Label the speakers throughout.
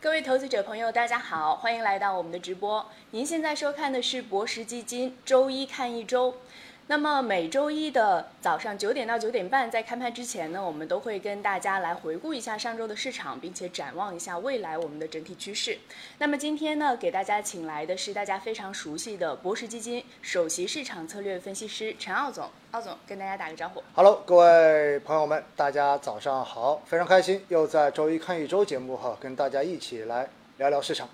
Speaker 1: 各位投资者朋友，大家好，欢迎来到我们的直播。您现在收看的是博时基金周一看一周。那么每周一的早上九点到九点半，在开盘之前呢，我们都会跟大家来回顾一下上周的市场，并且展望一下未来我们的整体趋势。那么今天呢，给大家请来的是大家非常熟悉的博时基金首席市场策略分析师陈奥总。奥总跟大家打个招呼。
Speaker 2: Hello，各位朋友们，大家早上好！非常开心又在周一看一周节目哈，跟大家一起来聊聊市场。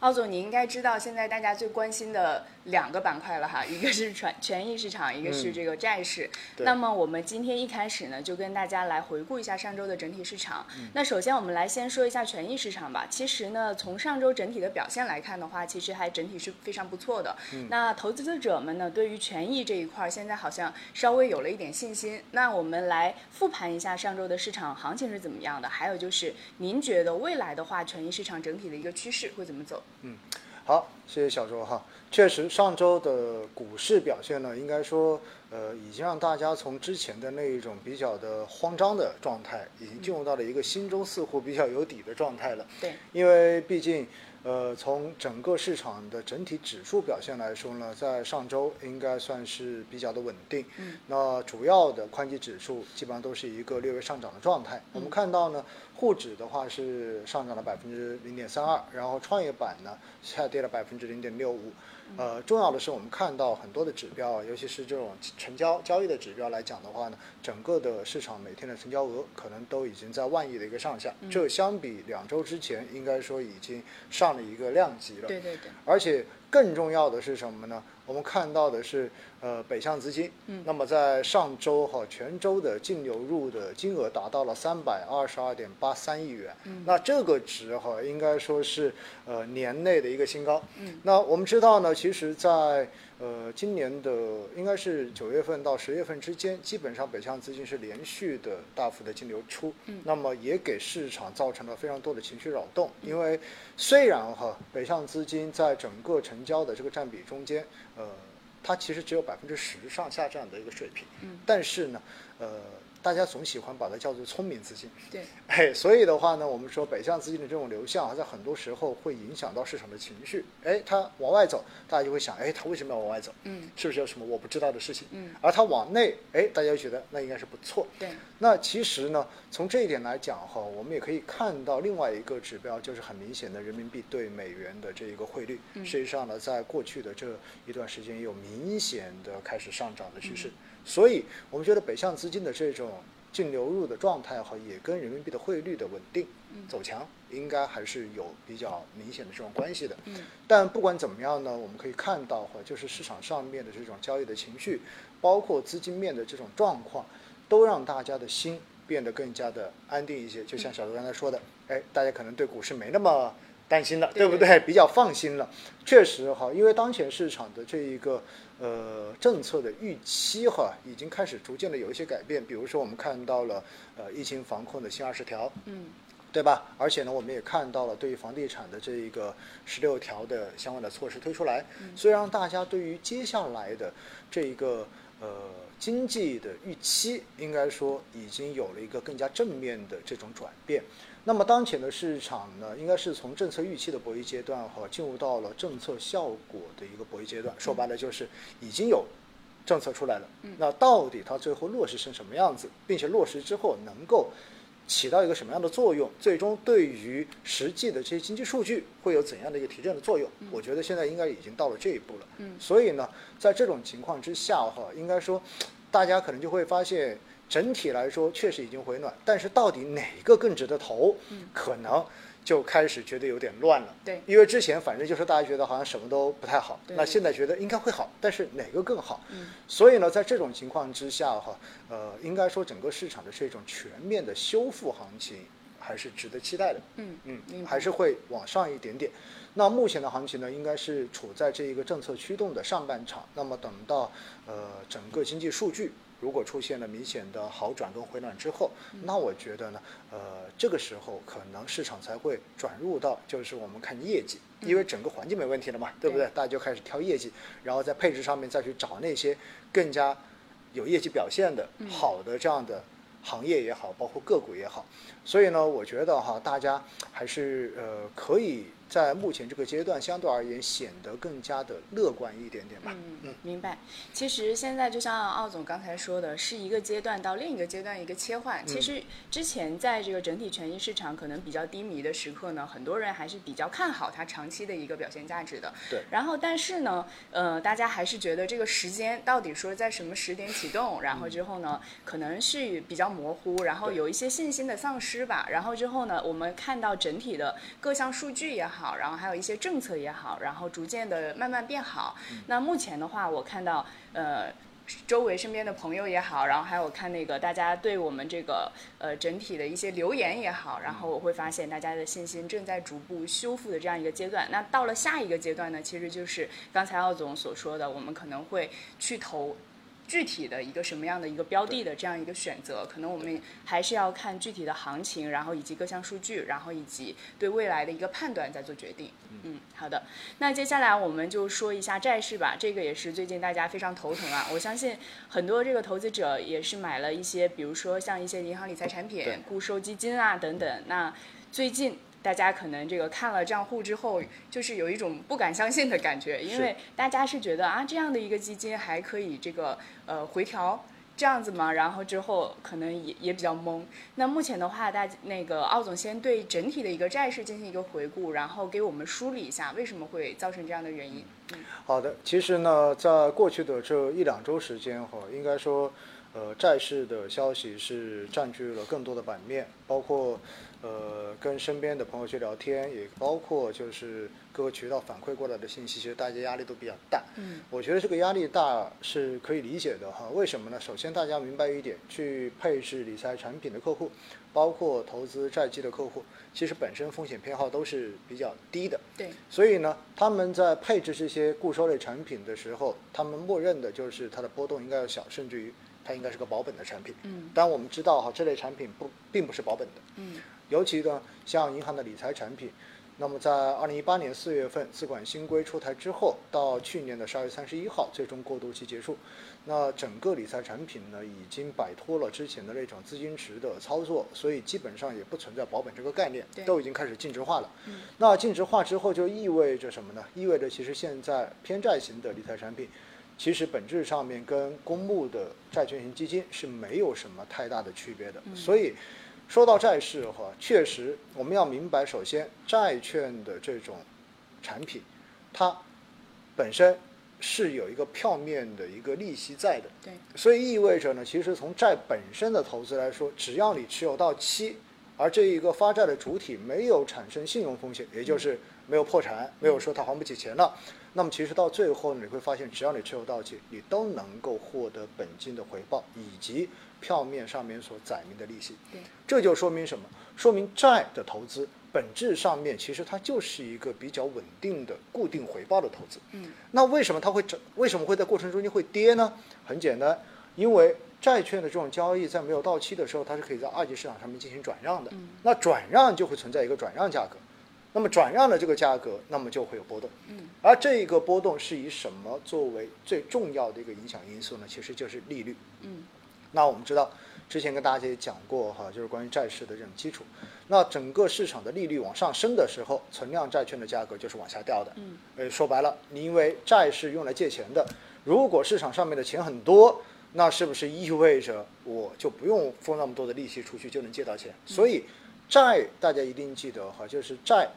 Speaker 1: 奥总，你应该知道现在大家最关心的两个板块了哈，一个是权权益市场，一个是这个债市。
Speaker 2: 对
Speaker 1: 那么我们今天一开始呢，就跟大家来回顾一下上周的整体市场。那首先我们来先说一下权益市场吧。其实呢，从上周整体的表现来看的话，其实还整体是非常不错的。那投资者们呢，对于权益这一块儿，现在好像稍微有了一点信心。那我们来复盘一下上周的市场行情是怎么样的，还有就是您觉得未来的话，权益市场整体的一个趋势会怎么走？
Speaker 2: 好，谢谢小周哈。确实，上周的股市表现呢，应该说，呃，已经让大家从之前的那一种比较的慌张的状态，已经进入到了一个心中似乎比较有底的状态了。
Speaker 1: 对，
Speaker 2: 因为毕竟，呃，从整个市场的整体指数表现来说呢，在上周应该算是比较的稳定。
Speaker 1: 嗯，
Speaker 2: 那主要的宽基指数基本上都是一个略微上涨的状态。我们看到呢，沪指的话是上涨了百分之零点三二，然后创业板呢下跌了百分之零点六五。呃，重要的是我们看到很多的指标啊，尤其是这种成交交易的指标来讲的话呢，整个的市场每天的成交额可能都已经在万亿的一个上下，这相比两周之前应该说已经上了一个量级了。
Speaker 1: 对对对，
Speaker 2: 而且更重要的是什么呢？我们看到的是，呃，北向资金，
Speaker 1: 嗯
Speaker 2: 那么在上周哈，全周的净流入的金额达到了三百二十二点八三亿元，
Speaker 1: 嗯
Speaker 2: 那这个值哈，应该说是呃年内的一个新高。
Speaker 1: 嗯
Speaker 2: 那我们知道呢，其实在，呃今年的应该是九月份到十月份之间，基本上北向资金是连续的大幅的净流出，
Speaker 1: 嗯
Speaker 2: 那么也给市场造成了非常多的情绪扰动。
Speaker 1: 嗯
Speaker 2: 因为虽然哈北向资金在整个成交的这个占比中间，呃，它其实只有百分之十上下这样的一个水平，
Speaker 1: 嗯
Speaker 2: 但是呢，呃，大家总喜欢把它叫做聪明资金。
Speaker 1: 对，
Speaker 2: 哎，所以的话呢，我们说北向资金的这种流向啊，在很多时候会影响到市场的情绪。哎，它往外走，大家就会想，哎，它为什么要往外走？
Speaker 1: 嗯
Speaker 2: 是不是有什么我不知道的事情？
Speaker 1: 嗯，
Speaker 2: 而它往内，哎，大家就觉得那应该是不错。
Speaker 1: 对，
Speaker 2: 那其实呢，从这一点来讲哈，我们也可以看到另外一个指标，就是很明显的人民币对美元的这一个汇率，
Speaker 1: 嗯
Speaker 2: 实际上呢，在过去的这一段时间也有明显的开始上涨的趋
Speaker 1: 嗯
Speaker 2: 势。所以，我们觉得北向资金的这种净流入的状态哈，也跟人民币的汇率的稳定
Speaker 1: 嗯
Speaker 2: 走强，应该还是有比较明显的这种关系的。
Speaker 1: 嗯
Speaker 2: 但不管怎么样呢，我们可以看到哈，就是市场上面的这种交易的情绪，包括资金面的这种状况，都让大家的心变得更加的安定一些。就像小刘刚才说的，哎，大家可能对股市没那么担心了，
Speaker 1: 对
Speaker 2: 对不对？比较放心了。确实哈，因为当前市场的这一个呃政策的预期哈，已经开始逐渐的有一些改变。比如说，我们看到了呃疫情防控的新二十条，
Speaker 1: 嗯
Speaker 2: 对吧？而且呢，我们也看到了对于房地产的这一个十六条的相关的措施推出来，所以让大家对于接下来的这一个呃经济的预期，应该说已经有了一个更加正面的这种转变。那么当前的市场呢，应该是从政策预期的博弈阶段和进入到了政策效果的一个博弈阶段。说白了就是已经有政策出来了，
Speaker 1: 嗯
Speaker 2: 那到底它最后落实成什么样子，并且落实之后能够起到一个什么样的作用，最终对于实际的这些经济数据会有怎样的一个提振的作用？我觉得现在应该已经到了这一步了。
Speaker 1: 嗯
Speaker 2: 所以呢，在这种情况之下哈，应该说，大家可能就会发现，整体来说确实已经回暖，但是到底哪个更值得投，可能就开始觉得有点乱了。
Speaker 1: 嗯对，
Speaker 2: 因为之前反正就是大家觉得好像什么都不太好，
Speaker 1: 对
Speaker 2: 那现在觉得应该会好，但是哪个更好？
Speaker 1: 嗯
Speaker 2: 所以呢，在这种情况之下哈，呃，应该说整个市场的这种全面的修复行情还是值得期待的。
Speaker 1: 嗯
Speaker 2: 嗯
Speaker 1: 明，白
Speaker 2: 还是会往上一点点。那目前的行情呢，应该是处在这一个政策驱动的上半场。那么等到呃整个经济数据如果出现了明显的好转跟回暖之后，
Speaker 1: 嗯
Speaker 2: 那我觉得呢，呃这个时候可能市场才会转入到就是我们看业绩，
Speaker 1: 嗯
Speaker 2: 因为整个环境没问题了嘛，对不对？大家就开始挑业绩，然后在配
Speaker 1: 嗯
Speaker 2: 置上面再去找那些更加有业绩表现的好的这样的。行业也好，包括个股也好。所以呢，我觉得哈，大家还是呃可以在目前这个阶段相对而言显得更加的乐观一点点吧。
Speaker 1: 嗯，明白。其实现在就像奥总刚才说的，是一个阶段到另一个阶段一个切换。
Speaker 2: 嗯
Speaker 1: 其实之前在这个整体权益市场可能比较低迷的时刻呢，很多人还是比较看好它长期的一个表现价值的。
Speaker 2: 对
Speaker 1: 然后，但是呢，呃，大家还是觉得这个时间到底说在什么时点启动，然后之后呢，可能是比较模糊，然后
Speaker 2: 对
Speaker 1: 有一些信心的丧失吧。然后之后呢，我们看到整体的各项数据也好，然后还有一些政策也好，然后逐渐的慢慢变好。那目前的话，我看到呃。周围身边的朋友也好，然后还有看那个大家对我们这个呃整体的一些留言也好，然后我会发现大家的信心正在逐步修复的这样一个阶段。那到了下一个阶段呢，其实就是刚才奥总所说的，我们可能会去投。具体的一个什么样的一个标的的这样一个选择，可能我们还是要看具体的行情，然后以及各项数据，然后以及对未来的一个判断再做决定。嗯，好的。那接下来我们就说一下债市吧，这个也是最近大家非常头疼啊。我相信很多这个投资者也是买了一些，比如说像一些银行理财产品
Speaker 2: 对、
Speaker 1: 固收基金啊等等。那最近大家可能这个看了账户之后，就是有一种不敢相信的感觉，因
Speaker 2: 是
Speaker 1: 为大家是觉得啊，这样的一个基金还可以这个呃回调。这样子嘛，然后之后可能也也比较懵。那目前的话，大那个奥总先对整体的一个债市进行一个回顾，然后给我们梳理一下为什么会造成这样的原因。
Speaker 2: 好的，其实呢，在过去的这一两周时间哈，应该说，呃，债市的消息是占据了更多的版面，包括呃跟身边的朋友去聊天，也包括就是各个渠道反馈过来的信息，其实大家压力都比较大。
Speaker 1: 嗯，
Speaker 2: 我觉得这个压力大是可以理解的哈。为什么呢？首先，大家明白一点，去配置理财产品的客户，包括投资债基的客户，其实本身风险偏好都是比较低的。
Speaker 1: 对，
Speaker 2: 所以呢，他们在配置这些固收类产品的时候，他们默认的就是它的波动应该要小，甚至于它应该是个保本的产品。
Speaker 1: 嗯
Speaker 2: 但我们知道哈，这类产品不并不是保本的，
Speaker 1: 嗯
Speaker 2: 尤其呢，像银行的理财产品，那么在二零一八年四月份资管新规出台之后，到去年的十二月三十一号，最终过渡期结束，那整个理财产品呢，已经摆脱了之前的那种资金池的操作，所以基本上也不存在保本这个概念
Speaker 1: 对，
Speaker 2: 都已经开始净值化了。
Speaker 1: 嗯
Speaker 2: 那净值化之后就意味着什么呢？意味着其实现在偏债型的理财产品，其实本质上面跟公募的债券型基金是没有什么太大的区别的。
Speaker 1: 嗯
Speaker 2: 所以说到债市的话，确实我们要明白，首先债券的这种产品，它本身是有一个票面的一个利息在的。
Speaker 1: 对，
Speaker 2: 所以意味着呢，其实从债本身的投资来说，只要你持有到期，而这一个发债的主体没有产生信用风险，也就是没有破产，没有说他还不起钱了，那么其实到最后呢，你会发现，只要你持有到期，你都能够获得本金的回报以及票面上面所载明的利息。
Speaker 1: 对，
Speaker 2: 这就说明什么？说明债的投资本质上面其实它就是一个比较稳定的固定回报的投资。
Speaker 1: 嗯
Speaker 2: 那为什么它会涨？为什么会在过程中间会跌呢？很简单，因为债券的这种交易在没有到期的时候，它是可以在二级市场上面进行转让的。
Speaker 1: 嗯
Speaker 2: 那转让就会存在一个转让价格，那么转让的这个价格，那么就会有波动。
Speaker 1: 嗯
Speaker 2: 而这一个波动是以什么作为最重要的一个影响因素呢？其实就是利率。
Speaker 1: 嗯
Speaker 2: 那我们知道，之前跟大家也讲过哈，就是关于债市的这种基础。那整个市场的利率往上升的时候，存量债券的价格就是往下掉的。
Speaker 1: 嗯
Speaker 2: 呃，说白了，你因为债是用来借钱的，如果市场上面的钱很多，那是不是意味着我就不用付那么多的利息出去就能借到钱？所以债大家一定记得哈，就是债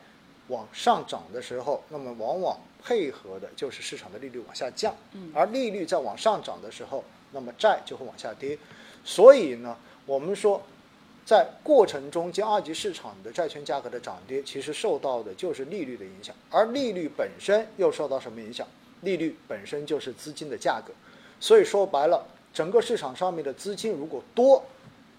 Speaker 2: 往上涨的时候，那么往往配合的就是市场的利率往下降，
Speaker 1: 嗯
Speaker 2: 而利率在往上涨的时候，那么债就会往下跌。所以呢，我们说在过程中间，二级市场的债券价格的涨跌，其实受到的就是利率的影响，而利率本身又受到什么影响？利率本身就是资金的价格，所以说白了，整个市场上面的资金如果多，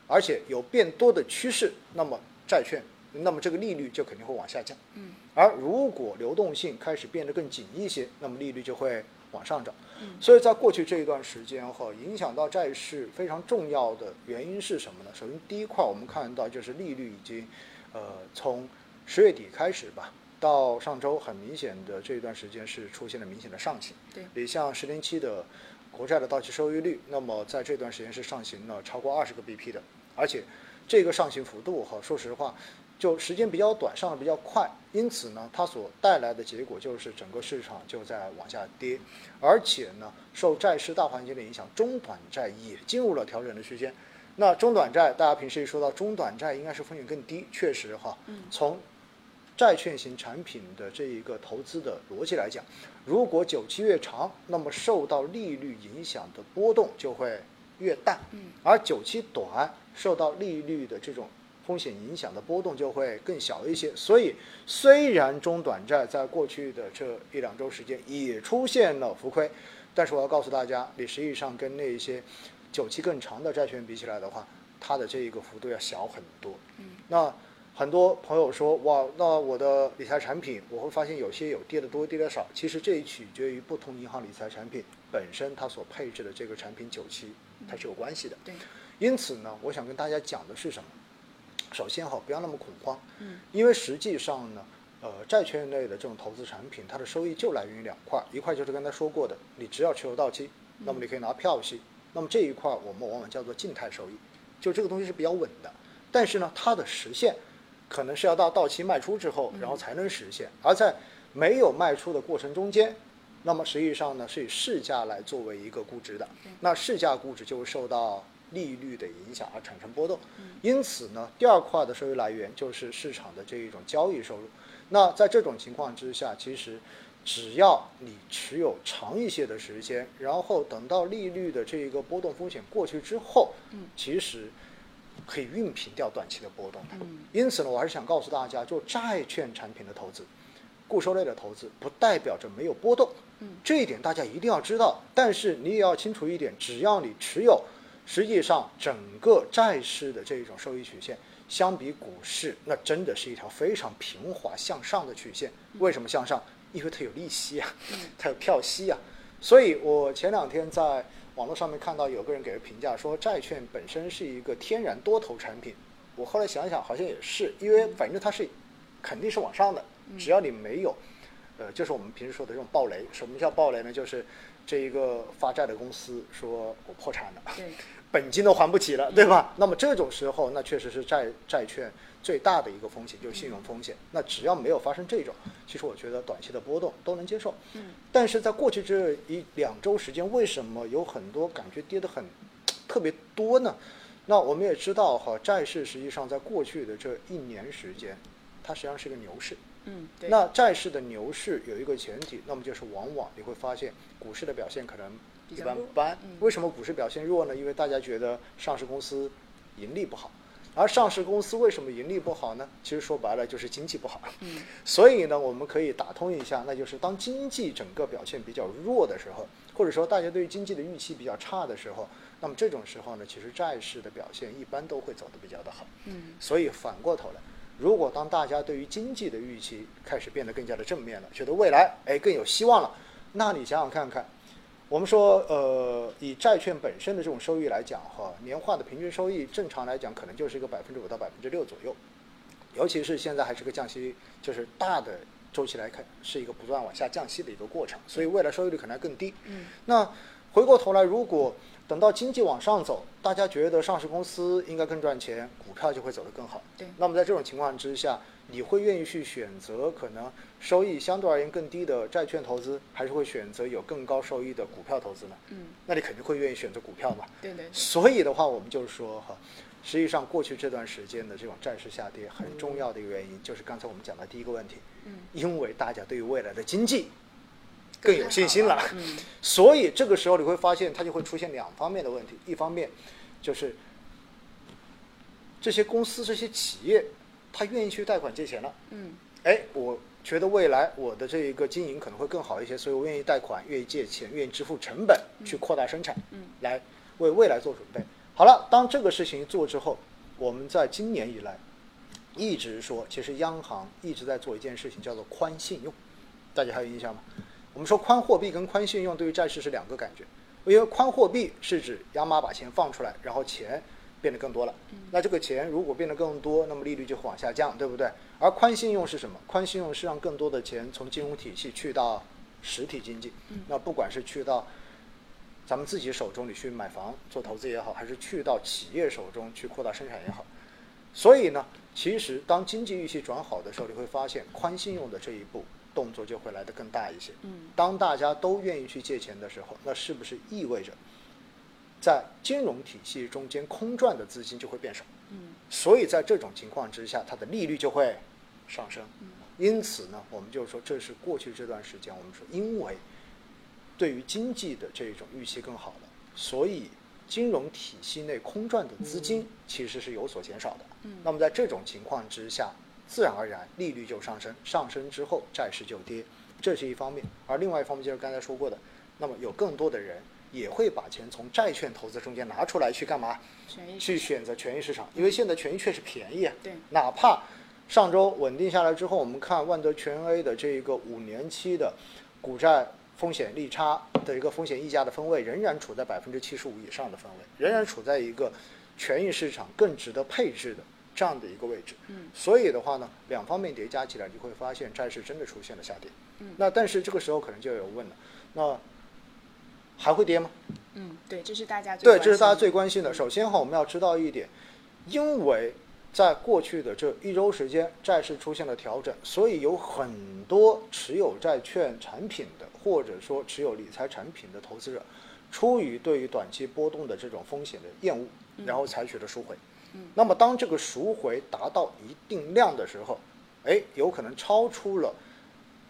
Speaker 2: 而且有变多的趋势，那么债券，那么这个利率就肯定会往下降。
Speaker 1: 嗯
Speaker 2: 而如果流动性开始变得更紧一些，那么利率就会往上涨。
Speaker 1: 嗯
Speaker 2: 所以在过去这一段时间哈，影响到债市非常重要的原因是什么呢？首先第一块，我们看到就是利率已经，呃，从十月底开始吧，到上周很明显的这一段时间是出现了明显的上行。
Speaker 1: 对
Speaker 2: 你像十年期的国债的到期收益率，那么在这段时间是上行了超过二十个 BP 的。而且这个上行幅度哈，说实话，就时间比较短，上的比较快，因此呢，它所带来的结果就是整个市场就在往下跌，而且呢，受债市大环境的影响，中短债也进入了调整的区间。那中短债，大家平时一说到中短债，应该是风险更低，确实哈，从债券型产品的这一个投资的逻辑来讲，如果久期越长，那么受到利率影响的波动就会越大，而久期短受到利率的这种风险影响的波动就会更小一些。所以，虽然中短债在过去的这一两周时间也出现了浮亏，但是我要告诉大家，你实际上跟那些久期更长的债券比起来的话，它的这一个幅度要小很多。那很多朋友说，哇，那我的理财产品，我会发现有些有跌得多，跌得少。其实这取决于不同银行理财产品本身它所配置的这个产品久期，它是有关系的。
Speaker 1: 对，
Speaker 2: 因此呢，我想跟大家讲的是什么？首先哈，不要那么恐慌，
Speaker 1: 嗯
Speaker 2: 因为实际上呢，呃，债券类的这种投资产品，它的收益就来源于两块，一块就是刚才说过的，你只要持有到期，那么你可以拿票息，那么这一块我们往往叫做静态收益，就这个东西是比较稳的，但是呢，它的实现可能是要到到期卖出之后，然后才能实现，而在没有卖出的过程中间。那么实际上呢，是以市价来作为一个估值的
Speaker 1: 对，
Speaker 2: 那市价估值就会受到利率的影响而产生波动。
Speaker 1: 嗯
Speaker 2: 因此呢，第二块的收益来源就是市场的这一种交易收入。那在这种情况之下，其实只要你持有长一些的时间，然后等到利率的这一个波动风险过去之后，
Speaker 1: 嗯
Speaker 2: 其实可以熨平掉短期的波动的。
Speaker 1: 嗯
Speaker 2: 因此呢，我还是想告诉大家，就债券产品的投资，固收类的投资，不代表着没有波动。
Speaker 1: 嗯
Speaker 2: 这一点大家一定要知道。但是你也要清楚一点，只要你持有，实际上整个债市的这一种收益曲线，相比股市，那真的是一条非常平滑向上的曲线。为什么向上？因为它有利息啊， 它有票息啊。所以我前两天在网络上面看到有个人给的评价说，债券本身是一个天然多头产品。我后来想一想，好像也是，因为反正它是肯定是往上的，只要你没有，呃，就是我们平时说的这种暴雷。什么叫暴雷呢？就是这一个发债的公司说我破产了，
Speaker 1: 对，
Speaker 2: 本金都还不起了，对吧？那么这种时候，那确实是债债券最大的一个风险，就是信用风险。那只要没有发生这种，其实我觉得短期的波动都能接受。
Speaker 1: 嗯
Speaker 2: 但是在过去这一两周时间，为什么有很多感觉跌得很特别多呢？那我们也知道哈，债市实际上在过去的这一年时间，它实际上是个牛市。
Speaker 1: 嗯，对，
Speaker 2: 那债市的牛市有一个前提，那么就是往往你会发现股市的表现可能
Speaker 1: 比
Speaker 2: 一
Speaker 1: 较
Speaker 2: 般
Speaker 1: 弱
Speaker 2: 般
Speaker 1: 嗯。
Speaker 2: 为什么股市表现弱呢？因为大家觉得上市公司盈利不好，
Speaker 1: 嗯
Speaker 2: 而上市公司为什么盈利不好呢？其实说白了就是经济 不好。
Speaker 1: 嗯
Speaker 2: 所以呢，我们可以打通一下，那就是当经济整个表现比较弱的时候，或者说大家对于经济的预期比较差的时候，那么这种时候呢，其实债市的表现一般都会走得比较的好。
Speaker 1: 嗯
Speaker 2: 所以反过头来，如果当大家对于经济的预期开始变得更加的正面了，觉得未来哎更有希望了，那你想想看看，我们说呃以债券本身的这种收益来讲哈，年化的平均收益正常来讲可能就是一个百分之五到百分之六左右，尤其是现在还是个降息，就是大的周期来看是一个不断往下降息的一个过程，所以未来收益率可能还更低。
Speaker 1: 嗯
Speaker 2: 那回过头来，如果等到经济往上走，大家觉得上市公司应该更赚钱，股票就会走得更好。
Speaker 1: 对
Speaker 2: 那么在这种情况之下，你会愿意去选择可能收益相对而言更低的债券投资，还是会选择有更高收益的股票投资呢？
Speaker 1: 嗯，
Speaker 2: 那你肯定会愿意选择股票嘛。
Speaker 1: 对对，
Speaker 2: 所以的话，我们就是说哈，实际上过去这段时间的这种债市下跌，很重要的一个原因就是刚才我们讲的第一个问题，
Speaker 1: 嗯，
Speaker 2: 因为大家对于未来的经济更有信心了。
Speaker 1: 嗯
Speaker 2: 所以这个时候你会发现，它就会出现两方面的问题。一方面，就是这些公司、这些企业，它愿意去贷款借钱了。
Speaker 1: 嗯
Speaker 2: 哎，我觉得未来我的这一个经营可能会更好一些，所以我愿意贷款、愿意借钱、愿意支付成本去扩大生产，
Speaker 1: 嗯
Speaker 2: 来为未来做准备。好了，当这个事情一做之后，我们在今年以来一直说，其实央行一直在做一件事情，叫做宽信用。大家还有印象吗？我们说宽货币跟宽信用对于债市是两个感觉，因为宽货币是指央妈把钱放出来，然后钱变得更多了。那这个钱如果变得更多，那么利率就会往下降，对不对？而宽信用是什么？宽信用是让更多的钱从金融体系去到实体经济，那不管是去到咱们自己手中你去买房做投资也好，还是去到企业手中去扩大生产也好，所以呢，其实当经济预期转好的时候，你会发现宽信用的这一步动作就会来得更大一些。
Speaker 1: 嗯，
Speaker 2: 当大家都愿意去借钱的时候，那是不是意味着在金融体系中间空转的资金就会变少？
Speaker 1: 嗯
Speaker 2: 所以在这种情况之下，它的利率就会上升。因此呢，我们就说这是过去这段时间，我们说因为对于经济的这种预期更好了，所以金融体系内空转的资金其实是有所减少的。
Speaker 1: 嗯
Speaker 2: 那么在这种情况之下，自然而然利率就上升，上升之后债市就跌，这是一方面。而另外一方面就是刚才说过的，那么有更多的人也会把钱从债券投资中间拿出来去干嘛？
Speaker 1: 权益
Speaker 2: 去选择权益市场，因为现在权益确实便宜啊。
Speaker 1: 对
Speaker 2: 哪怕上周稳定下来之后，我们看万德全 A 的这一个五年期的股债风险利差的一个风险溢价的分位，仍然处在百分之七十五以上的分位，仍然处在一个权益市场更值得配置的这样的一个位置。
Speaker 1: 嗯，
Speaker 2: 所以的话呢，两方面叠加起来，你会发现债市真的出现了下跌。
Speaker 1: 嗯
Speaker 2: 那但是这个时候可能就有问了，那还会跌吗？
Speaker 1: 嗯，对，这是大家最
Speaker 2: 对，
Speaker 1: 关
Speaker 2: 这是大家
Speaker 1: 心
Speaker 2: 最关心的。首先哈，我们要知道一点，因为在过去的这一周时间，债市出现了调整，所以有很多持有债券产品的，或者说持有理财产品的投资者，出于对于短期波动的这种风险的厌恶，然后采取了赎回。
Speaker 1: 嗯
Speaker 2: 那么当这个赎回达到一定量的时候，哎，有可能超出了。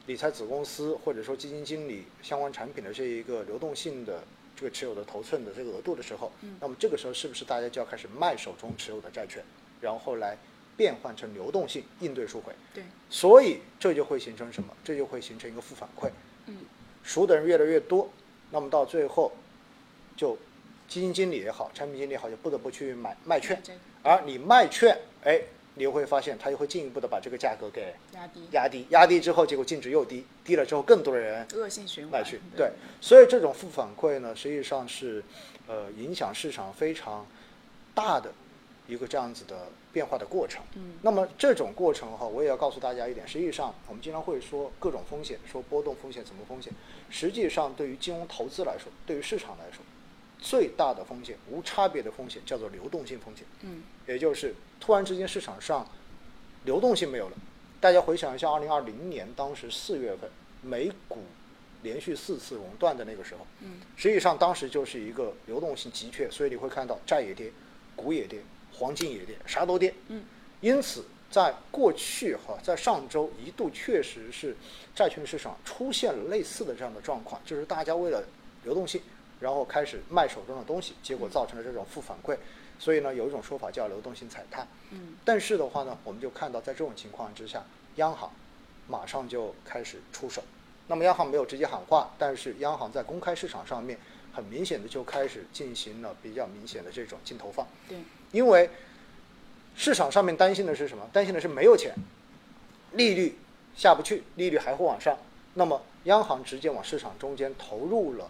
Speaker 2: 理财子公司或者说基金经理相关产品的这一个流动性的这个持有的头寸的这个额度的时候，那么这个时候是不是大家就要开始卖手中持有的债券，然后来变换成流动性应对赎回？
Speaker 1: 对，
Speaker 2: 所以这就会形成什么？这就会形成一个负反馈，
Speaker 1: 嗯
Speaker 2: 赎的人越来越多，那么到最后就基金经理也好，产品经理也好，就不得不去买卖券
Speaker 1: 买债，
Speaker 2: 而你卖券，哎，你又会发现它又会进一步的把这个价格给
Speaker 1: 压低
Speaker 2: 压低，压低之后，结果净值又低，低了之后，更多的人
Speaker 1: 恶性循环
Speaker 2: 卖去。对，所以这种负反馈呢，实际上是呃影响市场非常大的一个这样子的变化的过程。
Speaker 1: 嗯
Speaker 2: 那么这种过程哈，我也要告诉大家一点，实际上我们经常会说各种风险，说波动风险怎么风险，实际上对于金融投资来说，对于市场来说，最大的风险，无差别的风险叫做流动性风险。
Speaker 1: 嗯
Speaker 2: 也就是突然之间市场上流动性没有了。大家回想一下，二零二零年当时四月份美股连续四次熔断的那个时候，
Speaker 1: 嗯，
Speaker 2: 实际上当时就是一个流动性急缺，所以你会看到债也跌，股也跌，黄金也跌，啥都跌。
Speaker 1: 嗯，
Speaker 2: 因此在过去哈，在上周一度确实是债券市场出现了类似的这样的状况，就是大家为了流动性，然后开始卖手中的东西，结果造成了这种负反馈。所以呢，有一种说法叫流动性踩踏。
Speaker 1: 嗯
Speaker 2: 但是的话呢，我们就看到在这种情况之下，央行马上就开始出手。那么央行没有直接喊话，但是央行在公开市场上面很明显的就开始进行了比较明显的这种净投放，
Speaker 1: 对，
Speaker 2: 因为市场上面担心的是什么？担心的是没有钱，利率下不去，利率还会往上。那么央行直接往市场中间投入了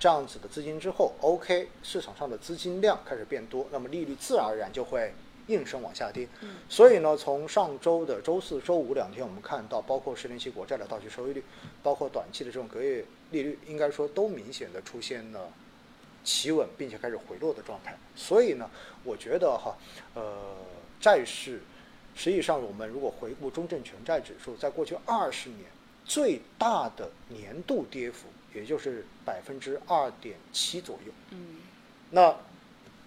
Speaker 2: 这样子的资金之后，OK，市场上的资金量开始变多，那么利率自然而然就会应声往下跌。
Speaker 1: 嗯
Speaker 2: 所以呢，从上周的周四周五两天，我们看到，包括十年期国债的到期收益率，包括短期的这种隔夜利率，应该说都明显的出现了企稳并且开始回落的状态。所以呢，我觉得哈，呃，债市实际上我们如果回顾中证全债指数，在过去二十年最大的年度跌幅，也就是百分之二点七左右。
Speaker 1: 嗯
Speaker 2: 那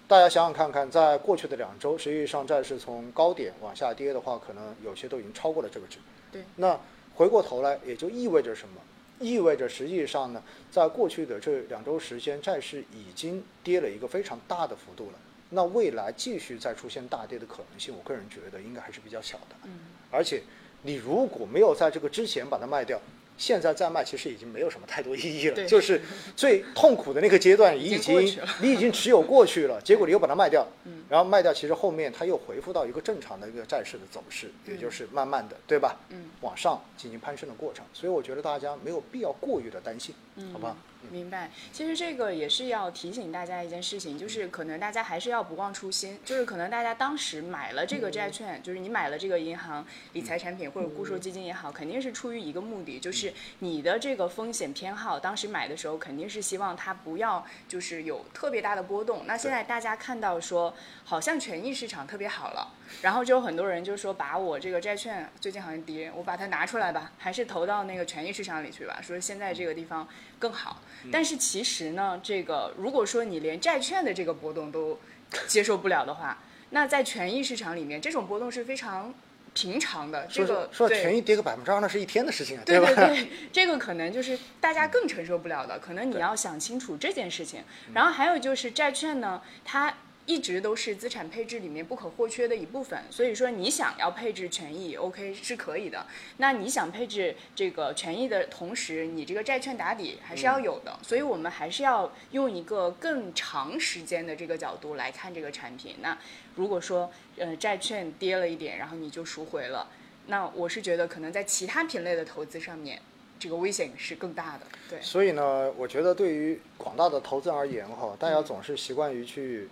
Speaker 2: 大家想想看看，在过去的两周，实际上债市从高点往下跌的话，可能有些都已经超过了这个值。
Speaker 1: 对，
Speaker 2: 那回过头来，也就意味着什么？意味着实际上呢，在过去的这两周时间，债市已经跌了一个非常大的幅度了。那未来继续再出现大跌的可能性，我个人觉得应该还是比较小的。
Speaker 1: 嗯
Speaker 2: 而且，你如果没有在这个之前把它卖掉，现在再卖其实已经没有什么太多意义了。
Speaker 1: 对
Speaker 2: 就是最痛苦的那个阶段，你已
Speaker 1: 已经过
Speaker 2: 经
Speaker 1: 去了
Speaker 2: 你已经持有过去了，结果你又把它卖掉，
Speaker 1: 嗯
Speaker 2: 然后卖掉，其实后面它又恢复到一个正常的一个债市的走势，也
Speaker 1: 嗯
Speaker 2: 就是慢慢的，对吧？
Speaker 1: 嗯
Speaker 2: 往上进行攀升的过程。所以我觉得大家没有必要过于的担心，
Speaker 1: 嗯，
Speaker 2: 好吧？？
Speaker 1: 明白，其实这个也是要提醒大家一件事情，就是可能大家还是要不忘初心，就是可能大家当时买了这个债券，就是你买了这个银行理财产品或者固收基金也好，肯定是出于一个目的，就是你的这个风险偏好，当时买的时候肯定是希望它不要就是有特别大的波动。那现在大家看到说，好像权益市场特别好了，然后就有很多人就说把我这个债券最近好像跌，我把它拿出来吧，还是投到那个权益市场里去吧，说现在这个地方更好。
Speaker 2: 嗯
Speaker 1: 但是其实呢，这个如果说你连债券的这个波动都接受不了的话，那在权益市场里面，这种波动是非常平常的。这
Speaker 2: 说
Speaker 1: 个
Speaker 2: 说说
Speaker 1: 对
Speaker 2: 权益跌个百分之二，那是一天的事情啊，
Speaker 1: 对
Speaker 2: 吧？
Speaker 1: 对， 这个可能就是大家更承受不了的，可能你
Speaker 2: 对
Speaker 1: 要想清楚这件事情。然后还有就是债券呢，它一直都是资产配置里面不可或缺的一部分，所以说你想要配置权益，OK 是可以的。那你想配置这个权益的同时，你这个债券打底还是
Speaker 2: 嗯
Speaker 1: 要有的，所以我们还是要用一个更长时间的这个角度来看这个产品。那如果说呃债券跌了一点，然后你就赎回了。那我是觉得可能在其他品类的投资上面，这个危险是更大的。对，
Speaker 2: 所以呢，我觉得对于广大的投资人而言哈，
Speaker 1: 嗯
Speaker 2: 大家总是习惯于去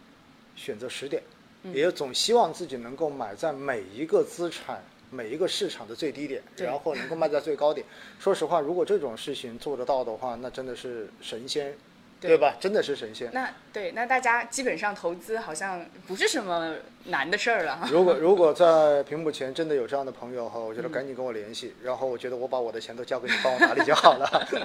Speaker 2: 选择时点，
Speaker 1: 嗯
Speaker 2: 也总希望自己能够买在每一个资产、每一个市场的最低点，
Speaker 1: 对
Speaker 2: 然后能够卖在最 高点。说实话，如果这种事情做得到的话，那真的是神仙，
Speaker 1: 对
Speaker 2: 对吧？真的是神仙。
Speaker 1: 那对，那大家基本上投资好像不是什么难的事儿了哈。
Speaker 2: 如果如果在屏幕前真的有这样的朋友哈，我觉
Speaker 1: 嗯
Speaker 2: 得赶紧跟我联系，然后我觉得我把我的钱都交给你帮我打理就好了。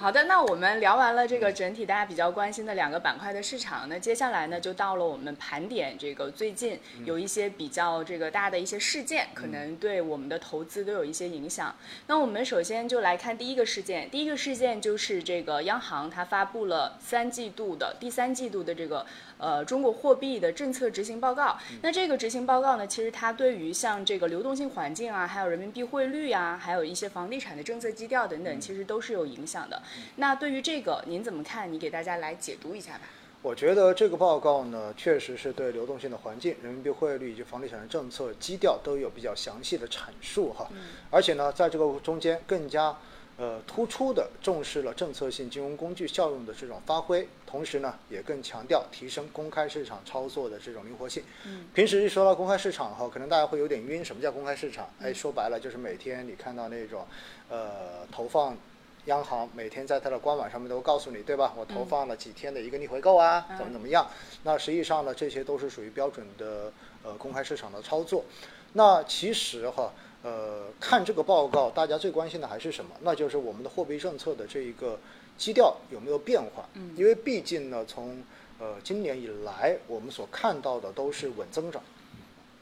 Speaker 1: 好的，那我们聊完了这个整体大家比较关心的两个板块的市场，那接下来呢，就到了我们盘点这个最近有一些比较这个大的一些事件，可能对我们的投资都有一些影响。那我们首先就来看第一个事件，第一个事件就是这个央行它发布了三季度的第三季度的这个呃中国货币的政策执行报告。那这个执行报告呢，其实它对于像这个流动性环境啊，还有人民币汇率啊，还有一些房地产的政策基调等等，其实都是有影响的。那对于这个您怎么看？你给大家来解读一下吧。
Speaker 2: 我觉得这个报告呢，确实是对流动性的环境、人民币汇率以及房地产的政策基调都有比较详细的阐述哈。而且呢，在这个中间更加呃突出的重视了政策性金融工具效用的这种发挥，同时呢，也更强调提升公开市场操作的这种灵活性。平时一说到公开市场哈，可能大家会有点晕，什么叫公开市场？哎，说白了就是每天你看到那种呃投放。央行每天在它的官网上面都告诉你，对吧？我投放了几天的一个逆回购啊，怎么怎么样？那实际上呢，这些都是属于标准的呃公开市场的操作。那其实哈，呃，看这个报告，大家最关心的还是什么？那就是我们的货币政策的这一个基调有没有变化？嗯，因为毕竟呢，从呃今年以来，我们所看到的都是稳增长。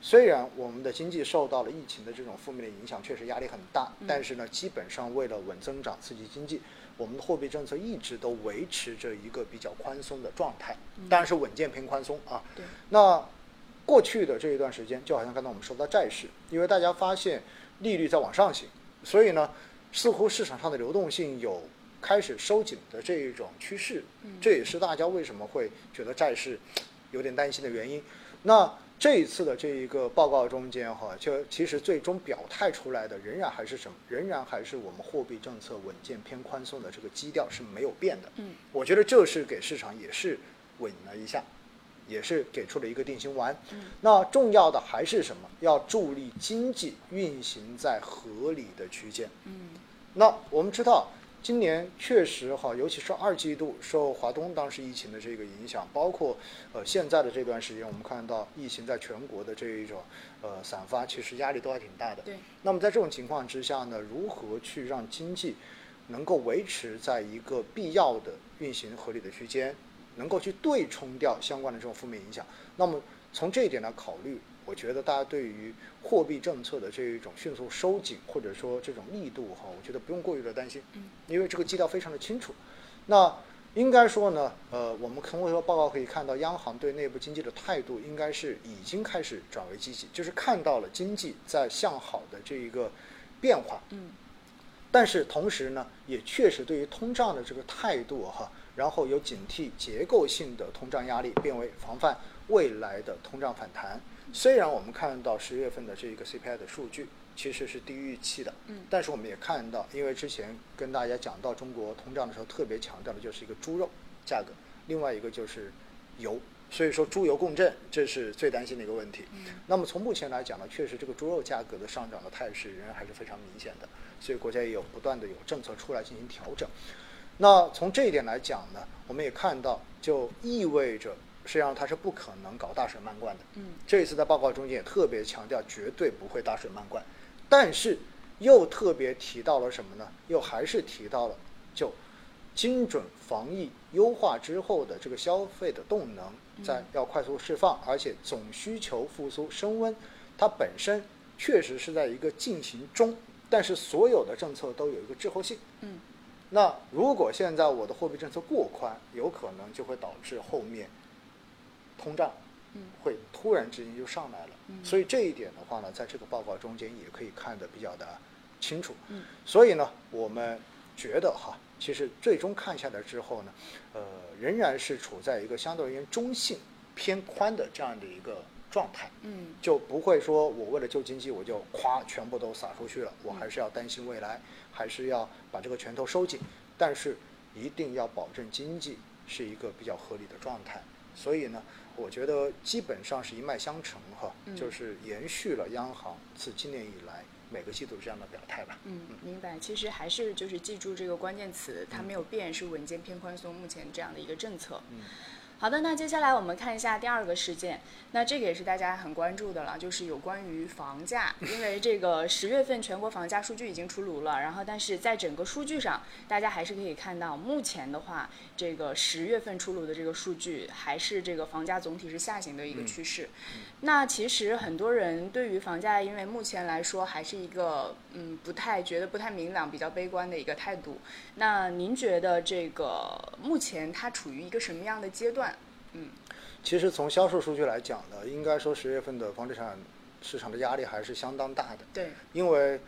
Speaker 2: 虽然我们的经济受到了疫情的这种负面的影响，确实压力很大，但是呢，基本上为了稳增长、刺激经济，我们的货币政策一直都维持着一个比较宽松的状态，当然是稳健偏宽松啊。
Speaker 1: 对
Speaker 2: 那过去的这一段时间，就好像刚才我们说到债市，因为大家发现利率在往上行，所以呢，似乎市场上的流动性有开始收紧的这一种趋势，这也是大家为什么会觉得债市有点担心的原因。那这一次的这一个报告中间哈，就其实最终表态出来的仍然还是什么？仍然还是我们货币政策稳健偏宽松的这个基调是没有变的。
Speaker 1: 嗯，
Speaker 2: 我觉得这是给市场也是稳了一下，也是给出了一个定心丸。那重要的还是什么？要助力经济运行在合理的区间。
Speaker 1: 嗯
Speaker 2: 那我们知道，今年确实哈，尤其是二季度受华东当时疫情的这个影响，包括呃现在的这段时间，我们看到疫情在全国的这一种呃散发，其实压力都还挺大的。
Speaker 1: 对。
Speaker 2: 那么在这种情况之下呢，如何去让经济能够维持在一个必要的运行合理的区间，能够去对冲掉相关的这种负面影响？那么从这一点来考虑，我觉得大家对于货币政策的这一种迅速收紧或者说这种力度哈，我觉得不用过于的担心，因为这个基调非常的清楚。那应该说呢，呃，我们通过这个报告可以看到，央行对内部经济的态度应该是已经开始转为积极，就是看到了经济在向好的这一个变化。
Speaker 1: 嗯
Speaker 2: 但是同时呢，也确实对于通胀的这个态度哈，然后有警惕结构性的通胀压力，变为防范未来的通胀反弹。虽然我们看到十月份的这一个 CPI 的数据其实是低于预期的。
Speaker 1: 嗯
Speaker 2: 但是我们也看到，因为之前跟大家讲到中国通胀的时候，特别强调的就是一个猪肉价格，另外一个就是油，所以说猪油共振，这是最担心的一个问题。那么从目前来讲呢，确实这个猪肉价格的上涨的态势仍然还是非常明显的，所以国家也有不断的有政策出来进行调整。那从这一点来讲呢，我们也看到，就意味着实际上它是不可能搞大水漫灌的。
Speaker 1: 嗯
Speaker 2: 这一次在报告中间也特别强调，绝对不会大水漫灌，但是又特别提到了什么呢？又还是提到了就精准防疫优化之后的这个消费的动能在
Speaker 1: 嗯
Speaker 2: 要快速释放，而且总需求复苏升温，它本身确实是在一个进行中，但是所有的政策都有一个滞后性。
Speaker 1: 嗯
Speaker 2: 那如果现在我的货币政策过宽，有可能就会导致后面通胀
Speaker 1: 嗯
Speaker 2: 会突然之间就上来了。
Speaker 1: 嗯
Speaker 2: 所以这一点的话呢，在这个报告中间也可以看得比较的清楚。
Speaker 1: 嗯
Speaker 2: 所以呢，我们觉得哈，其实最终看下来之后呢，呃，仍然是处在一个相对而言中性偏宽的这样的一个状态。
Speaker 1: 嗯
Speaker 2: 就不会说我为了救经济，我就夸全部都撒出去了，我还是要担心未来，还是要把这个拳头收紧，但是一定要保证经济是一个比较合理的状态。所以呢，我觉得基本上是一脉相承哈，
Speaker 1: 嗯
Speaker 2: 就是延续了央行自今年以来每个季度这样的表态吧。
Speaker 1: 嗯，明白。其实还是就是记住这个关键词，它没有变，是稳健偏宽松目前这样的一个政策。
Speaker 2: 嗯
Speaker 1: 好的，那接下来我们看一下第二个事件，那这个也是大家很关注的了，就是有关于房价，因为这个十月份全国房价数据已经出炉了，然后但是在整个数据上，大家还是可以看到，目前的话，这个十月份出炉的这个数据还是这个房价总体是下行的一个趋势。嗯那其实很多人对于房价，因为目前来说还是一个嗯不太觉得不太明朗、比较悲观的一个态度。那您觉得这个目前它处于一个什么样的阶段？嗯
Speaker 2: 其实从销售数据来讲呢，应该说十月份的房地产市场的压力还是相当大的。
Speaker 1: 对，
Speaker 2: 因为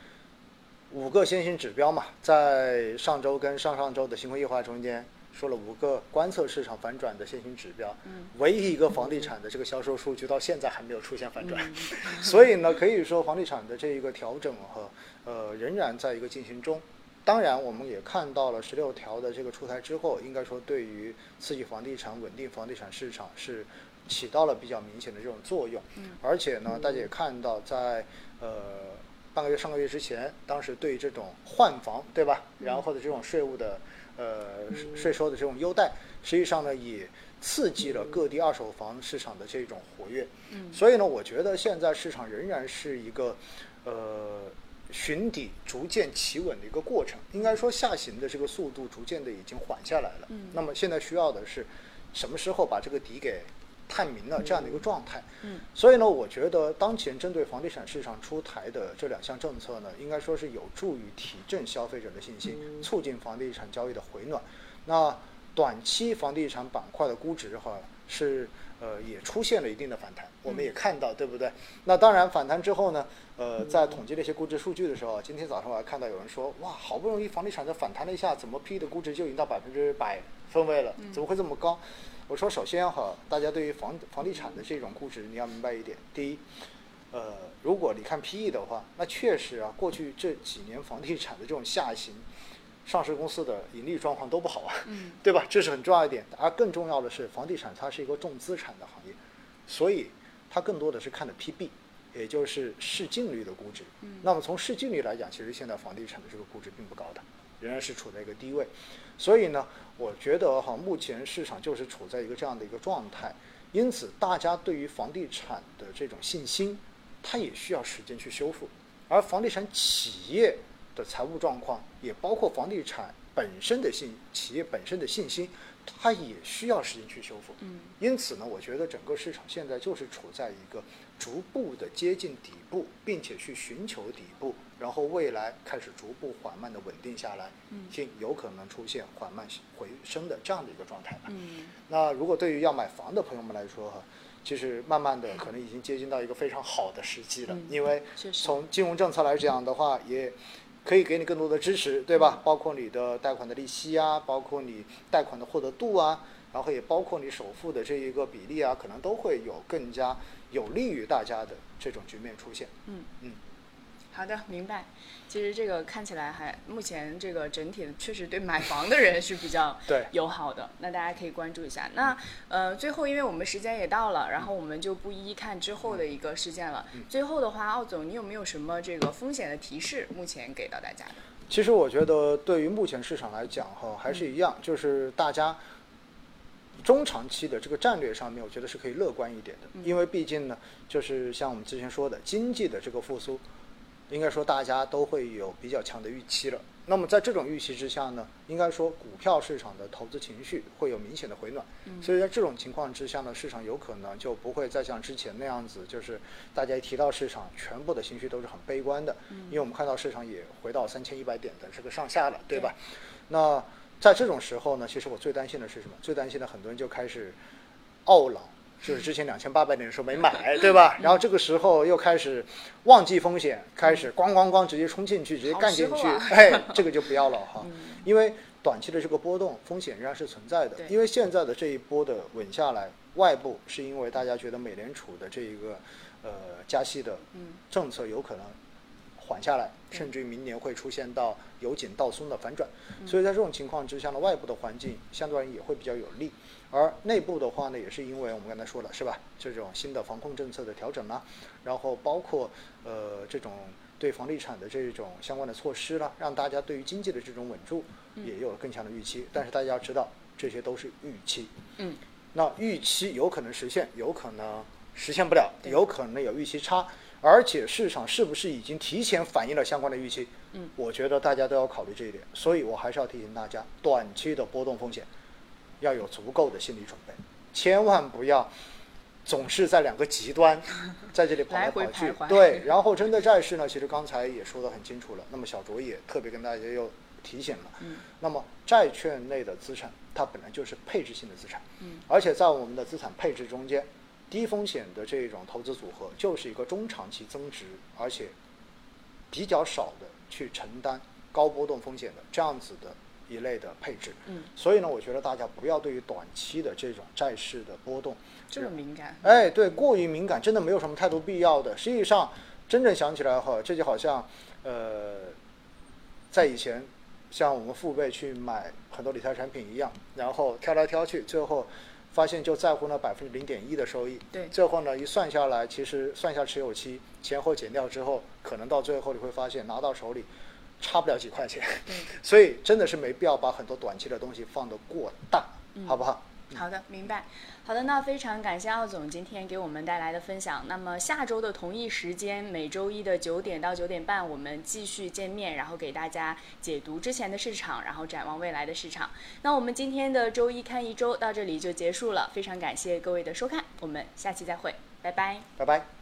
Speaker 2: 五个先行指标嘛，在上周跟上上周的新婚夜话中间说了五个观测市场反转的先行指标，
Speaker 1: 嗯
Speaker 2: 唯一一个房地产的这个销售数据到现在还没有出现反转，
Speaker 1: 嗯
Speaker 2: 所以呢，可以说房地产的这一个调整和呃仍然在一个进行中。当然，我们也看到了十六条的这个出台之后，应该说对于刺激房地产、稳定房地产市场是起到了比较明显的这种作用。
Speaker 1: 嗯
Speaker 2: 而且呢，大家也看到在，呃半个月、上个月之前，当时对这种换房，对吧？
Speaker 1: 嗯
Speaker 2: 然后的这种税务的呃税税收的这种优待，实际上呢也刺激了各地二手房市场的这种活跃。
Speaker 1: 嗯
Speaker 2: 所以呢，我觉得现在市场仍然是一个呃寻底逐渐企稳的一个过程。应该说下行的这个速度逐渐的已经缓下来了。
Speaker 1: 嗯
Speaker 2: 那么现在需要的是什么时候把这个底给探明了这样的一个状态。
Speaker 1: 嗯
Speaker 2: 所以呢，我觉得当前针对房地产市场出台的这两项政策呢，应该说是有助于提振消费者的信心，促进房地产交易的回暖。那短期房地产板块的估值哈是呃也出现了一定的反弹，我们也看到，对不对？那当然反弹之后呢，呃，在统计这些估值数据的时候，今天早上我还看到有人说，哇，好不容易房地产在反弹了一下，怎么 P 的估值就已经到百分之百分位了？怎么会这么高？我说，首先哈，大家对于房房地产的这种估值，你要明白一点，第一。呃，如果你看 PE 的话，那确实啊，过去这几年房地产的这种下行，上市公司的盈利状况都不好啊，
Speaker 1: 嗯
Speaker 2: 对吧？这是很重要一点。而更重要的是，房地产它是一个重资产的行业，所以它更多的是看的 PB，也就是市净率的估值。
Speaker 1: 嗯
Speaker 2: 那么从市净率来讲，其实现在房地产的这个估值并不高的，仍然是处在一个低位。所以呢，我觉得哈，目前市场就是处在一个这样的一个状态，因此大家对于房地产的这种信心，它也需要时间去修复。而房地产企业的财务状况，也包括房地产本身的信企业本身的信心，它也需要时间去修复。
Speaker 1: 嗯
Speaker 2: 因此呢，我觉得整个市场现在就是处在一个逐步的接近底部，并且去寻求底部，然后未来开始逐步缓慢的稳定下来，
Speaker 1: 嗯
Speaker 2: 并有可能出现缓慢回升的这样的一个状态吧。
Speaker 1: 嗯
Speaker 2: 那如果对于要买房的朋友们来说哈，其实慢慢的可能已经接近到一个非常好的时机了，
Speaker 1: 嗯
Speaker 2: 因为
Speaker 1: 确实
Speaker 2: 从金融政策来讲的话，也可以给你更多的支持，对吧？包括你的贷款的利息啊，包括你贷款的获得度啊，然后也包括你首付的这一个比例啊，可能都会有更加有利于大家的这种局面出现。
Speaker 1: 嗯。好的，明白。其实这个看起来还目前这个整体的确实对买房的人是比较
Speaker 2: 对
Speaker 1: 友好的，那大家可以关注一下。那呃，最后因为我们时间也到了，然后我们就不一一看之后的一个事件了。最后的话，奥总，你有没有什么这个风险的提示目前给到大家的？
Speaker 2: 其实我觉得，对于目前市场来讲，哈，还是一样，就是大家中长期的这个战略上面，我觉得是可以乐观一点的，因为毕竟呢，就是像我们之前说的，经济的这个复苏，应该说大家都会有比较强的预期了。那么在这种预期之下呢，应该说股票市场的投资情绪会有明显的回暖，所以在这种情况之下呢，市场有可能就不会再像之前那样子，就是大家一提到市场，全部的情绪都是很悲观的，因为我们看到市场也回到三千一百点的这个上下了，对吧？那在这种时候呢，其实我最担心的是什么？最担心的很多人就开始懊恼，就是之前两千八百点的时候没买，对吧？然后这个时候又开始忘记风险，开始咣咣咣直接冲进去，直接干进
Speaker 1: 嗯好时
Speaker 2: 去
Speaker 1: 候啊，嗯
Speaker 2: 哎，这个就不要了哈，因为短期的这个波动风险仍然是存在的
Speaker 1: 对，
Speaker 2: 因为现在的这一波的稳下来，外部是因为大家觉得美联储的这一个呃加息的
Speaker 1: 嗯
Speaker 2: 政策有可能缓下来，
Speaker 1: 对
Speaker 2: 甚至于明年会出现到由紧到松的反转。所以在这种情况之下呢，外部的环境相对而言也会比较有利，而内部的话呢，也是因为我们刚才说了是吧，这种新的防控政策的调整啦、然后包括呃这种对房地产的这种相关的措施啦、让大家对于经济的这种稳住也有了更强的预期。但是大家要知道，这些都是预期，
Speaker 1: 嗯，
Speaker 2: 那预期有可能实现，有可能实现不了，
Speaker 1: 对
Speaker 2: 有可能有预期差，而且市场是不是已经提前反映了相关的预期？
Speaker 1: 嗯，
Speaker 2: 我觉得大家都要考虑这一点，所以我还是要提醒大家，短期的波动风险要有足够的心理准备，千万不要。总是在两个 极端，在这里跑来跑
Speaker 1: 来回
Speaker 2: 去
Speaker 1: 徘徊。
Speaker 2: 对，然后针对债市呢，其实刚才也说得很清楚了。那么小卓也特别跟大家又提醒了，
Speaker 1: 嗯
Speaker 2: 那么债券类的资产，它本来就是配置性的资产，
Speaker 1: 嗯
Speaker 2: 而且在我们的资产配置中间，低风险的这种投资组合就是一个中长期增值，而且比较少的去承担高波动风险的这样子的一类的配置。
Speaker 1: 嗯，
Speaker 2: 所以呢，我觉得大家不要对于短期的这种债市的波动，
Speaker 1: 这么敏感，
Speaker 2: 哎，对，过于敏感真的没有什么太多必要的。实际上，真正想起来哈，这就好像，呃，在以前，像我们父辈去买很多理财产品一样，然后挑来挑去，最后发现就在乎那百分之零点一的收益。
Speaker 1: 对
Speaker 2: 最后呢，一算下来，其实算一下持有期前后减掉之后，可能到最后你会发现拿到手里差不了几块钱。
Speaker 1: 对。
Speaker 2: 所以真的是没必要把很多短期的东西放得过大，好不好？
Speaker 1: 好的，明白。好的，那非常感谢奥总今天给我们带来的分享。那么下周的同一时间，每周一的九点到九点半，我们继续见面，然后给大家解读之前的市场，然后展望未来的市场。那我们今天的周一看一周到这里就结束了，非常感谢各位的收看，我们下期再会，拜拜。
Speaker 2: 拜拜。